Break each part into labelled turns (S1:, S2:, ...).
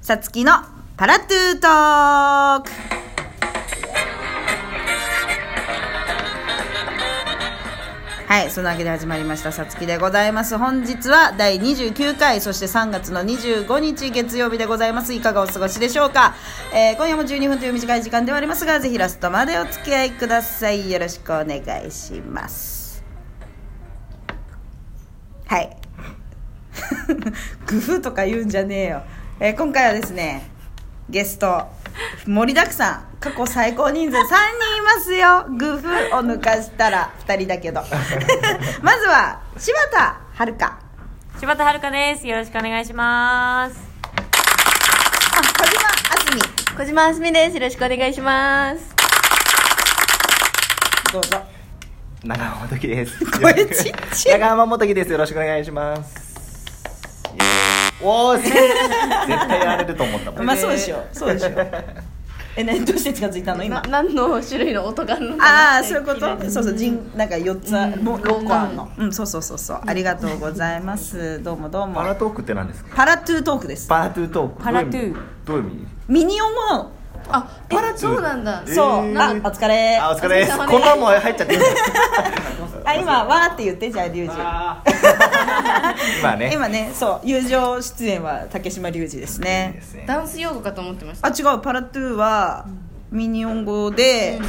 S1: さつきのパラトゥートークはい、そのわけで始まりました、さつきでございます。本日は第29回、そして3月の25日月曜日でございます。いかがお過ごしでしょうか、えー今夜も12分という短い時間ではありますが、ぜひラストまでお付き合いください。よろしくお願いします。はい。 グフとか言うんじゃねえよ、えー今回はですねゲスト盛りだくさん過去最高人数3人いますよグフを抜かしたら2人だけど まずは柴田遥香
S2: 柴田遥です。よろしくお願いします。
S1: あ小島あすみ
S2: 小島あすみです。よろしくお願いします。
S1: どうぞ
S3: 長浜元樹です。
S1: 声ちっちゃい
S3: 長浜元樹です。よろしくお願いします。イエーイおお、絶対やられると思ったもん。
S1: まあそうでしょうそうでしょうえ何どうして近づいたの今
S4: な何の種類の音があるの
S1: あ
S4: かな
S1: あ
S4: って
S1: そういうことそうそう人なんか4つあもう6個あるのうんそうそうそうそうありがとうございますどうもどうも
S3: パラトークって何ですか。
S1: パラトゥートークです
S3: パラトゥートーク。
S2: パラトゥー
S3: どういう意味。
S1: ミニオンもなの
S4: あえそうなんだ
S3: えー
S1: そう、あ、お疲れ
S3: あ、お疲れです。
S4: お疲れ様です
S3: こんなもん入っちゃっていいんですか。
S1: あ、今、わーって言って、じゃあ、リュウジ
S3: 今ね。
S1: 今ね、そう、友情出演は竹島リュウジです
S3: いいで
S1: ね
S3: すね。
S4: ダンス用語かと思ってました
S1: あ、違う、パラトゥーはミニオン語で、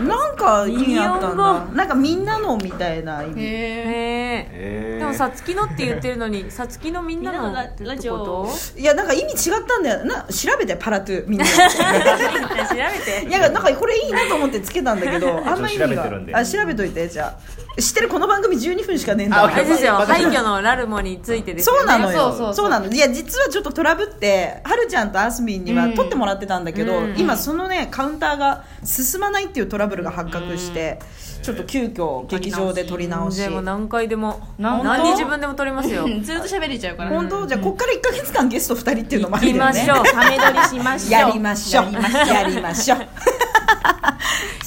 S1: なんか意味あったん
S2: ミニオ
S1: だ
S2: ン語
S1: なんかみんなのみたいな意味
S4: へえ
S2: へえ。
S3: え
S2: でもさつきのって言ってるのに、さつきのみんなのってこと
S4: みんなのララジオ
S1: いや、なんか意味違ったんだよな、調べて、パラトゥーミニオン
S2: 調べて。
S1: いや、なんかこれいいなと思ってつけたんだけどあんま意味
S3: ちょっと調べて
S1: が
S3: るんで
S1: あ、調べといて、じゃあ知ってる、この番組12分しかねえん
S3: あ
S1: だ
S3: オッ
S2: あ
S3: ケ
S2: れですよ、
S3: わかり
S2: 廃
S3: ました
S2: 墟のラルモについてですよ
S1: そうなのよ
S4: そう
S1: そう
S4: そうそう
S1: なのいや実はちょっとトラブってはるちゃんとあすみんには
S4: うん
S1: 撮ってもらってたんだけど、
S2: うん
S1: 今そのねカウンターが進まないっていうトラブルが発覚して、ちょっと急遽劇場で撮り直し
S2: でも何回でも
S4: 何
S2: 何日分でも撮りますよ
S4: うんずっと喋れちゃうから
S1: 本当じゃあこっから1か月間ゲスト2人っていうのもあり
S2: 行きましょうサメ撮りしましょう
S1: やりましょうやりましょう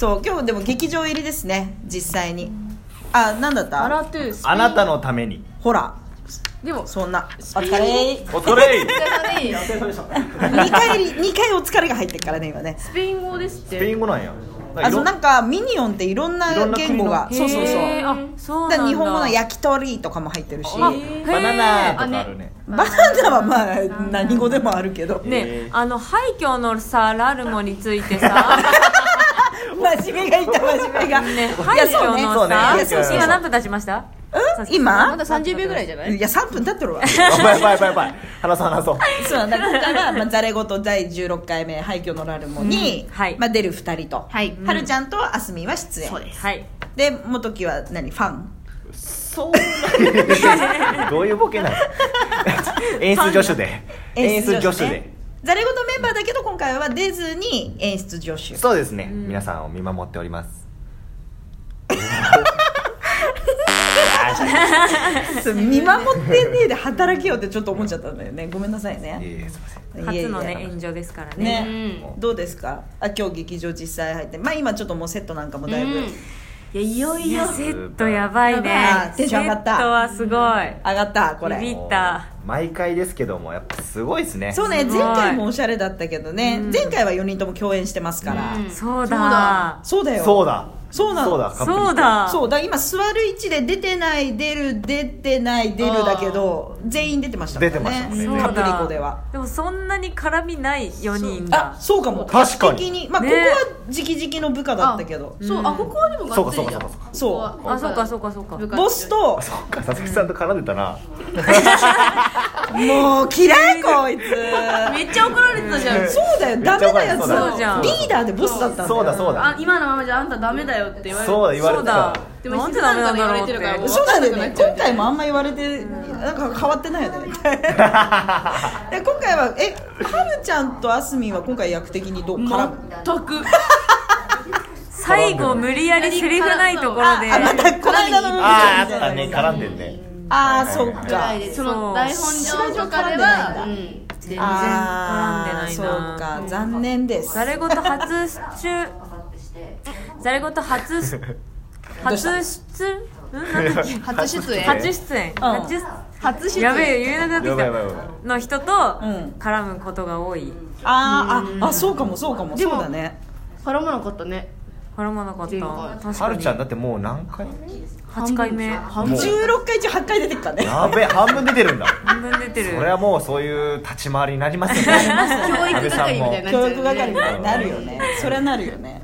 S1: そう今日でも劇場入りですね実際にあなんだっ
S4: パ
S1: た
S4: ラトゥースピ
S3: あなたのために。
S1: ほら
S4: でも
S1: そんなお疲れ
S3: おとれい。
S4: それがね
S1: 2回り二回お疲れが入ってるからね今ね
S4: スペイン語ですっ
S3: スペイ
S4: て
S3: ン語なんや。
S1: あそうなんかミニオンっていろん
S3: いろ
S1: なん
S3: な
S1: 言語が
S2: へー
S1: そうそうそう
S2: あそう
S1: だか
S2: なんだ
S1: ら日本語の焼き鳥とかも入ってるし
S2: あ
S1: バ
S3: バナ
S2: へ
S3: ナと
S2: ー
S3: かあるね。
S1: ナナはまあ何語でもあるけど
S2: ね
S3: へー
S2: あの廃墟のさラルモについてさ
S1: 真面目がいた真面目が
S2: ね
S1: いや
S2: 廃
S1: そうね
S2: 墟のさ
S3: そうねいやそうそう
S2: 今何分経ちました
S1: うん今
S4: まだ30秒ぐらいじゃない
S1: いや3分経 ってるわ
S3: やばいやばいやばいやばい。話そう話そう。
S1: そうなんだ今回 は、まあ、ざれ言第16回目廃墟のラルモに、
S2: うんはい
S1: まあ、出る2人と、
S4: はい
S1: はるちゃんとあすみは出演
S2: はい
S1: で元木は何ファン
S3: そう どういうボケなの演出助手で演出助手で
S1: ねざれ言メンバーだけど今回は出ずに演出助手
S3: そうですね、皆さんを見守っております
S1: そう見守ってねえで働けよってちょっと思っちゃったんだよねごめんなさい
S3: いえ
S1: ね
S3: いえすいません
S1: いえいえ
S2: 初のね炎上ですからね
S1: ね、
S3: うん
S1: どうですかあ今日劇場実際入ってまあ今ちょっともうセットなんかもだいぶ
S4: うん
S1: 上
S4: いやいよい
S2: い
S4: よ
S2: やセットやばい
S1: やばい
S2: ね
S1: テンション上がった
S2: セットはすご
S1: がったこ
S2: ビビ
S1: れ
S2: 行った
S3: 毎回ですけどもやっぱすごいですね
S1: そうね
S2: すご
S1: 前
S2: い
S1: 回もおしゃれだったけどね、前回は4人とも共演してますから、
S4: うん
S2: いそう
S4: そう
S2: だ
S4: だ
S1: そうだよ
S3: そうだ
S1: そうなの
S3: そうだカップル
S2: そうだ
S1: そうだから今座る位置で出てない出る出てない出るだけど全員出てましたもんね
S3: 出てましたもんね
S2: そうだ
S1: カプリコでは
S2: でもそんなに絡みない4人
S1: あ
S2: だ
S1: そうかも
S3: 確かに
S1: 的にまあ、
S2: ね
S1: ここは直々の部下だったけど
S4: あそうあここはでもがっつりじゃん
S3: そうかそうかそうか
S1: そう
S4: ここ
S2: あそうかそう
S4: は
S2: かそうか
S4: 部活
S1: ボスと
S3: そっか佐々木さんと絡んでたな、
S1: もう嫌いこいつ
S4: めっちゃ怒られてたじゃん
S1: そうだよダメなやつ
S3: そう
S2: じゃん
S1: リーダーでボスだったんだよ
S3: そうだそうだ
S4: あ今のままじゃあんたダメだよって言われる
S3: そうだ言わ
S2: そ
S3: れて
S2: う
S3: た
S2: だ
S4: でも
S2: なんでダメなんだろうって
S4: 言われてるから
S1: そうなんだよね今回もあんま言われてなんか変わってないよ ねで今回はえはるちゃんとあすみんは今回役的にどう絡む
S4: 全く
S2: 最後無理やりセリフないところで
S1: あまたこの間の
S3: あーああったね絡んでんね
S1: あーそっ
S3: はい
S1: か
S4: その台本上とかではうん全然
S1: あー
S2: 絡んで
S1: そ
S2: な
S1: う
S2: いな
S1: か残念です
S2: ざれ言初出ざれ言初出
S1: どうした
S2: 初出んなんだっけ
S4: 初出演
S2: 初出演
S1: ん
S2: 初
S1: 初出演
S2: やべえ言えなく
S3: やばいやば
S2: ないってき
S3: やばい
S2: たの人と
S1: ん
S2: 絡むことが多い
S1: あーああそうかもそうかも
S4: で
S1: そ
S4: も
S1: うだね
S4: 絡まなかったね
S2: 絡まなかっ
S4: 前回
S2: た確
S3: は
S2: か
S3: る
S2: に
S3: ちゃんだってもう何回
S2: 8回目
S4: 半
S3: も
S4: 分
S3: う
S1: 16回中8回出てっからね
S3: やべえ半分出てるんだ
S2: 半分出て
S3: そ
S2: る
S3: れはもうそういう立ち回りになりますよね
S4: 教育係みたいになっちゃ
S1: 教
S4: うよね
S1: 育係みたいになるよねそれはなるよね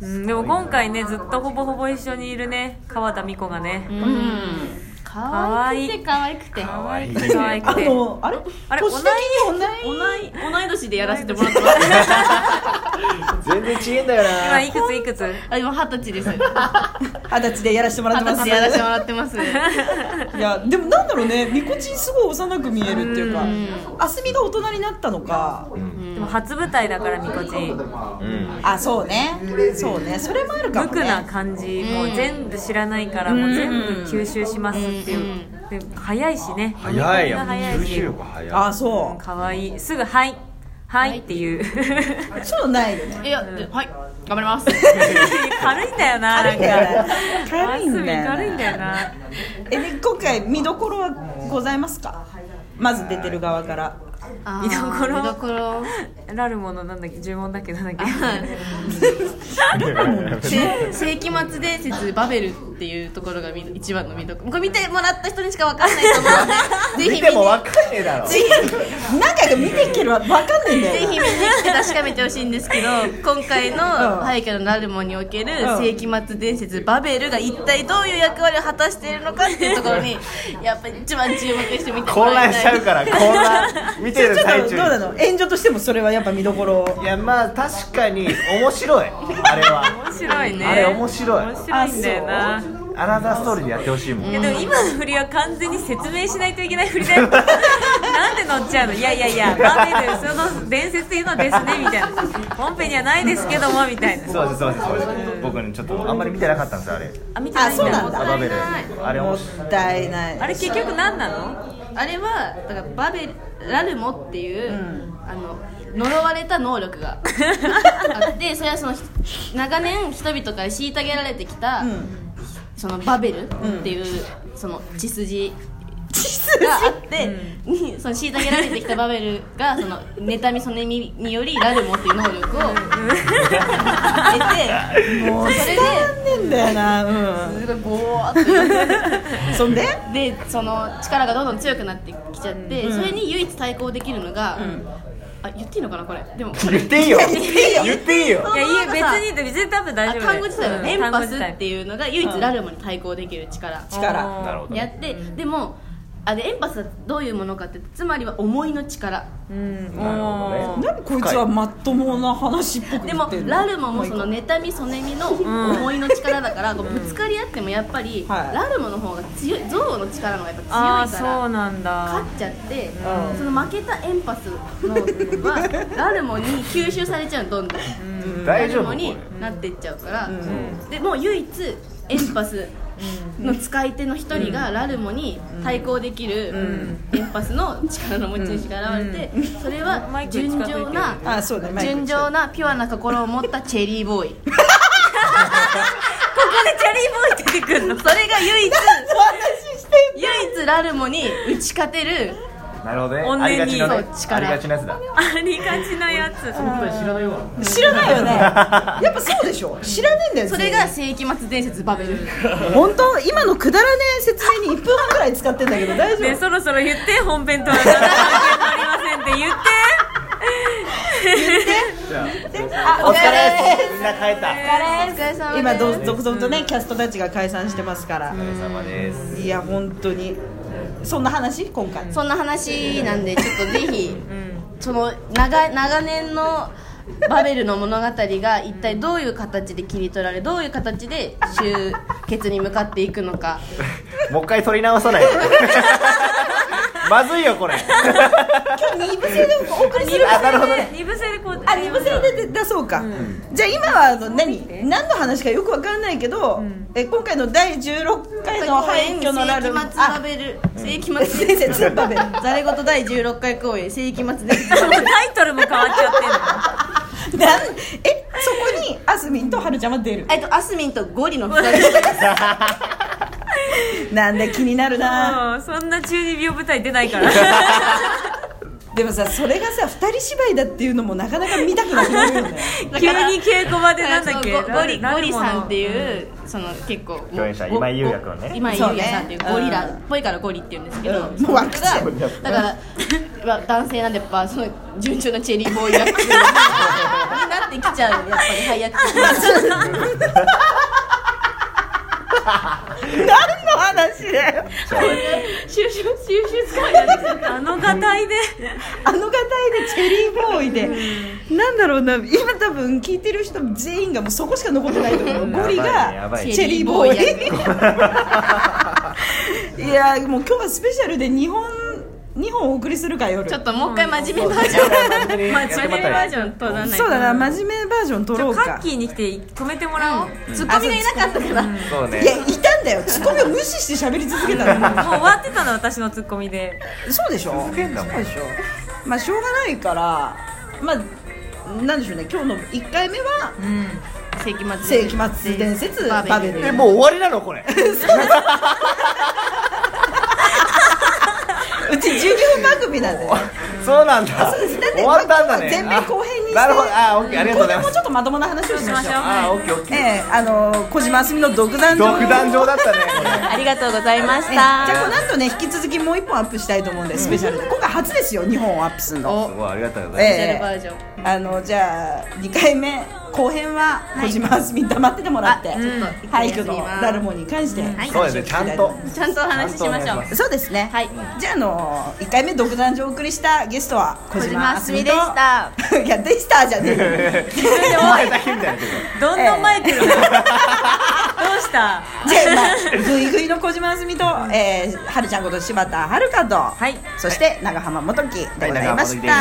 S2: うんでも今回ねずっとほぼほぼ一緒にいるね川田美子がね
S4: うん可愛くて可愛くて
S3: 可愛い
S2: 可愛
S3: ね
S2: く
S1: あ
S2: て
S1: のあれ
S2: あれ
S1: 年的に同い
S4: 同い同い年でやらせてもらってます
S3: 全然違えんだよ
S2: 今
S3: ない
S2: くついくつ
S4: あ今二十歳です二十
S1: 二十歳でやらせてもらってま
S4: 歳
S1: す
S4: でやらせてもらってます
S1: いやでもなんだろうねみこちんすごい幼く見えるっていうかあすみが大人になったのか
S2: でも初舞台だからみこちん
S3: うん
S1: あそうねそうねそれもあるか
S2: 無
S1: も
S2: 垢
S1: ね
S2: な感じもう全部知らないからもう全部吸収しますっていうで早いしね
S3: 早い
S2: 飲み込みが早
S3: や
S2: い
S3: 吸
S2: し
S3: 収力早い
S1: あそ
S2: 可愛いすぐ「はい」「はい」っていう
S1: うそうないよね
S4: いやはい頑張ります
S2: 軽いんだよななんか
S1: 軽いんだよ
S2: あすみ軽いんだ
S1: ね
S2: よな
S1: えで今回見どころはございますかまず出てる側 から
S2: 見どころ
S4: 見どころ
S2: ラルモのなんだっけ呪文だっけなんだっけ
S4: せ世紀末伝説バベルっていうところが見一番の見どころこれ見てもらった人にしかわかんないと思う のでぜ
S3: 見
S4: ひ見
S3: て
S4: に
S3: も分かんねえだろ
S1: 何回か見ていけるわ分かんないんだ
S4: ぜひ
S1: よ
S4: 見に
S1: な
S4: 来て確かめてほしいんですけど今回の
S1: うん
S4: 「配下のナルモ」における
S1: うん
S4: 世紀末伝説バベルが一体どういう役割を果たしているのかっていうところにやっぱり一番注目して見ても
S3: 混
S4: ら
S3: 乱
S4: いた
S3: し
S4: い
S3: ちゃうから混乱見てる
S1: ちょ
S3: 最
S1: っと
S3: 中
S1: どうなの援助としてもそれはやっぱ見どころ
S3: いやまあ確かに面白いあれは
S2: 面白いね
S3: あれ面白い
S2: 面白いんだよな
S3: アナザーストーリーでやってほしいもん
S2: いやでも今の振りは完全に説明しないといけない振りだよ なんで乗っちゃうのいやいやいやバーメイドその伝説っていうのはですねみたいな本編にはないですけどもみたいな
S3: そうですそうですそうです僕ねちょっとあんまり見てなかったんですよあれ
S2: あ見てないん
S1: あそう
S2: だ
S1: なんだ
S3: アバベルあれ
S1: も
S3: 面
S1: っ
S3: 白い
S1: たいない
S2: あれ結局何なの
S4: あれはだからバベルラルモっていう、あの呪われた能力があってそれはその長年人々から虐げられてきた、
S1: うん
S4: そのバベルっていう、その血筋があって、にその虐げられてきたバベルがその妬み嫉みによりラルモっていう能力を得て
S1: もう
S4: それ
S1: 伝
S4: で
S1: わんねえんだよなうん
S4: すごいゴーって
S1: そんで
S4: でその力がどんどん強くなってきちゃって、それに唯一対抗できるのが、あ言っていいのかなこれでもこれ
S3: 言っていいよ言っていいよ
S2: いやいや別
S4: なんかさ
S2: に別に多分大
S4: あ
S2: 丈夫だよ
S4: 単語自体は
S2: うん
S4: エンパス
S2: 単語自
S4: って
S2: 体
S4: いうのが唯一ラルモに対抗できる力
S1: 力
S2: おー
S3: なるほど
S4: やってでもあでエンパスはどういうものかってつまりは思いの力
S2: うん
S3: なるほどね
S2: おー
S1: なんでこいつはまっともな話っぽく
S4: で
S1: 言
S4: も
S1: ってんの
S4: ラルモもその妬み嫉みの思いの力だからこうぶつかり合ってもやっぱり
S1: はい
S4: ラルモの方が強い憎悪の力の方がやっ
S2: あ
S4: ぱ
S2: あ
S4: 強い
S2: そ
S4: から
S2: うなんだ
S4: 勝っちゃってその負けたエンパスの部分 はラルモに吸収されちゃうのどんどんラ
S3: 大丈
S4: ル
S3: 夫
S4: モ
S3: これ
S4: になってっちゃうからでもう唯一エンパスの使い手の一人がラルモに対抗できるエンパスの力の持ち主が現れてそれ
S2: マ
S4: は
S2: イク近
S4: 純
S2: づいてる
S4: 情な
S1: あそうだねマイク
S4: 純情なピュアな心を持ったチェリー ボーイ
S2: ここでチャリーボーイ出てくるの
S4: それが唯一
S1: 何の話してんの
S4: 唯一ラルモに打ち勝てる
S3: なるほどね
S2: 怨念に
S3: ありがちなね
S4: そう
S3: あ
S4: 力
S3: りがちなやつだ
S2: ありがちなやつ
S1: 知らないよねやっぱそうでしょ知らねえんだよ
S4: それが世紀末伝説バベル
S1: 全然本当今のくだらねえ説明に1分半ぐらい使ってんだけど大丈夫
S2: ねそろそろ言って本編とは何の関係もありませんって言って
S1: あ
S3: お疲れですみんな帰った
S4: お疲れ様です
S1: 今どう続々とねキャストたちが解散してますから
S3: お疲れ様です
S1: いや本当にそんな話今回
S4: そんな話なんでちょっとぜひその長長年のバベルの物語が一体どういう形で切り取られどういう形で終結に向かっていくのか
S3: もう一回撮り直さない とまずいよこれ
S1: 二部制でお送りする
S3: あなるほどね
S2: 二部制でこう
S1: あ二部制で出そうかじゃあ今はあの何何の話かよくわかんないけどえ今回の第16回の廃墟のラル
S4: 世紀末バベル世 紀末
S1: 先
S4: 伝
S1: 生
S4: 説
S1: ツーパベ
S4: ざれごと第16回公演世紀末伝説
S2: もうタイトルも変わっちゃって
S1: なんえそこにあすみんとはるちゃんは出る
S4: えっと、アスミンとゴリの二人です。
S1: なんだ気になるな
S2: もうそんな中二病舞台出ないから
S1: でもさそれがさ二人芝居だっていうのもなかなか見たくなくなるよ ね
S2: 急に稽古場でなんだっけ
S4: そうゴゴリ
S2: な
S4: ゴリさんって
S2: う
S4: いうその結構
S3: 共演者
S4: ご
S3: 今井優也君ね
S4: ご今井優也さんっていう
S1: そうね
S4: ゴリラっぽいからゴリって言うんですけど、
S1: うん
S4: その人
S1: も
S3: う飽きちゃう
S4: がだ からまあ男性なんでやっぱその順調なチェリーボーイ役になってきちゃうやっぱり配役的に
S1: 何の話だよ
S4: 収集収集使い
S2: あのがたいで
S1: あの方でチェリーボーイでなんだろうな今多分聞いてる人全員がもうそこしか残ってないと思うゴリ
S3: や
S1: が
S3: ばいねやばいね
S1: チェリーボーイいやもう今日はスペシャルで日本2本お送りするか夜
S4: ちょっともう一回真面目バージョン
S3: やって
S4: 真面
S3: も
S4: 目
S3: らった
S4: バ
S3: ら
S4: ージョン取らないと
S1: そうだな真面目バージョン撮
S2: ち
S1: ろ
S2: ょ
S1: う
S2: カ
S1: か
S2: ッキーに来て止めてもらおう、
S4: ツッコミがいなかったから
S3: そうね
S1: いやいたんだよツッコミを無視して喋り続けたの
S2: も う終わってたの私のツッコミで
S1: そうでしょ
S3: 続けんだもん
S1: そうでしょまあしょうがないからまあなんでしょうね今日の1回目は
S2: うん
S4: 世紀
S1: 世
S4: 末
S1: 紀末伝説
S4: バ
S1: バ
S4: ー
S1: ベ
S4: ベ
S1: ル
S4: ル
S3: えもう終わりなのこれ
S1: うち12分番組なん で
S3: そうなんだ
S1: そうですだって
S3: 終わったんだね
S1: 前編後編にして
S3: あなるほどあオッケーありがとうござい
S1: 後編
S3: ま
S1: も
S3: す
S1: ちょっとまともな話をしまし
S2: し
S1: ょ
S2: ま
S1: う
S2: しょう
S3: あオッケーオッケー
S1: ええあの小島あすみの独壇場
S3: 独壇場だっ たね
S4: ありがとうございまし
S1: ええじゃあこ
S4: た
S1: の後ね引き続きもう一本アップしたいと思うんでスペシャルで今回初ですよ2本をアップするの
S3: すごいありがとうござい
S4: スペシャ
S1: え
S4: ルバージョン
S1: えあのじゃあ2回目後編は小島あすみに黙っててもらって
S4: あちょっと
S1: 俳句のダルモに関して
S4: はい
S3: ますそうですねちゃんと
S4: ちゃんとお話ししましょう
S1: そうですね
S4: はい
S1: じゃああの1回目独壇場をお送りしたゲストは小
S4: 小
S1: 島あ
S4: 島あ
S1: す
S4: す
S1: み
S4: み
S1: と
S4: でした
S1: い やでしたじゃ ねえよ
S3: 前だけみたいなけど
S2: どんどん前来る、 どうした
S1: じゃあ、まあ、ぐいぐいの小島あすみと、えー、はるちゃんこと柴田はるかと、
S2: はい
S1: そして長浜元樹でございまし
S3: はい長浜元樹で
S1: た。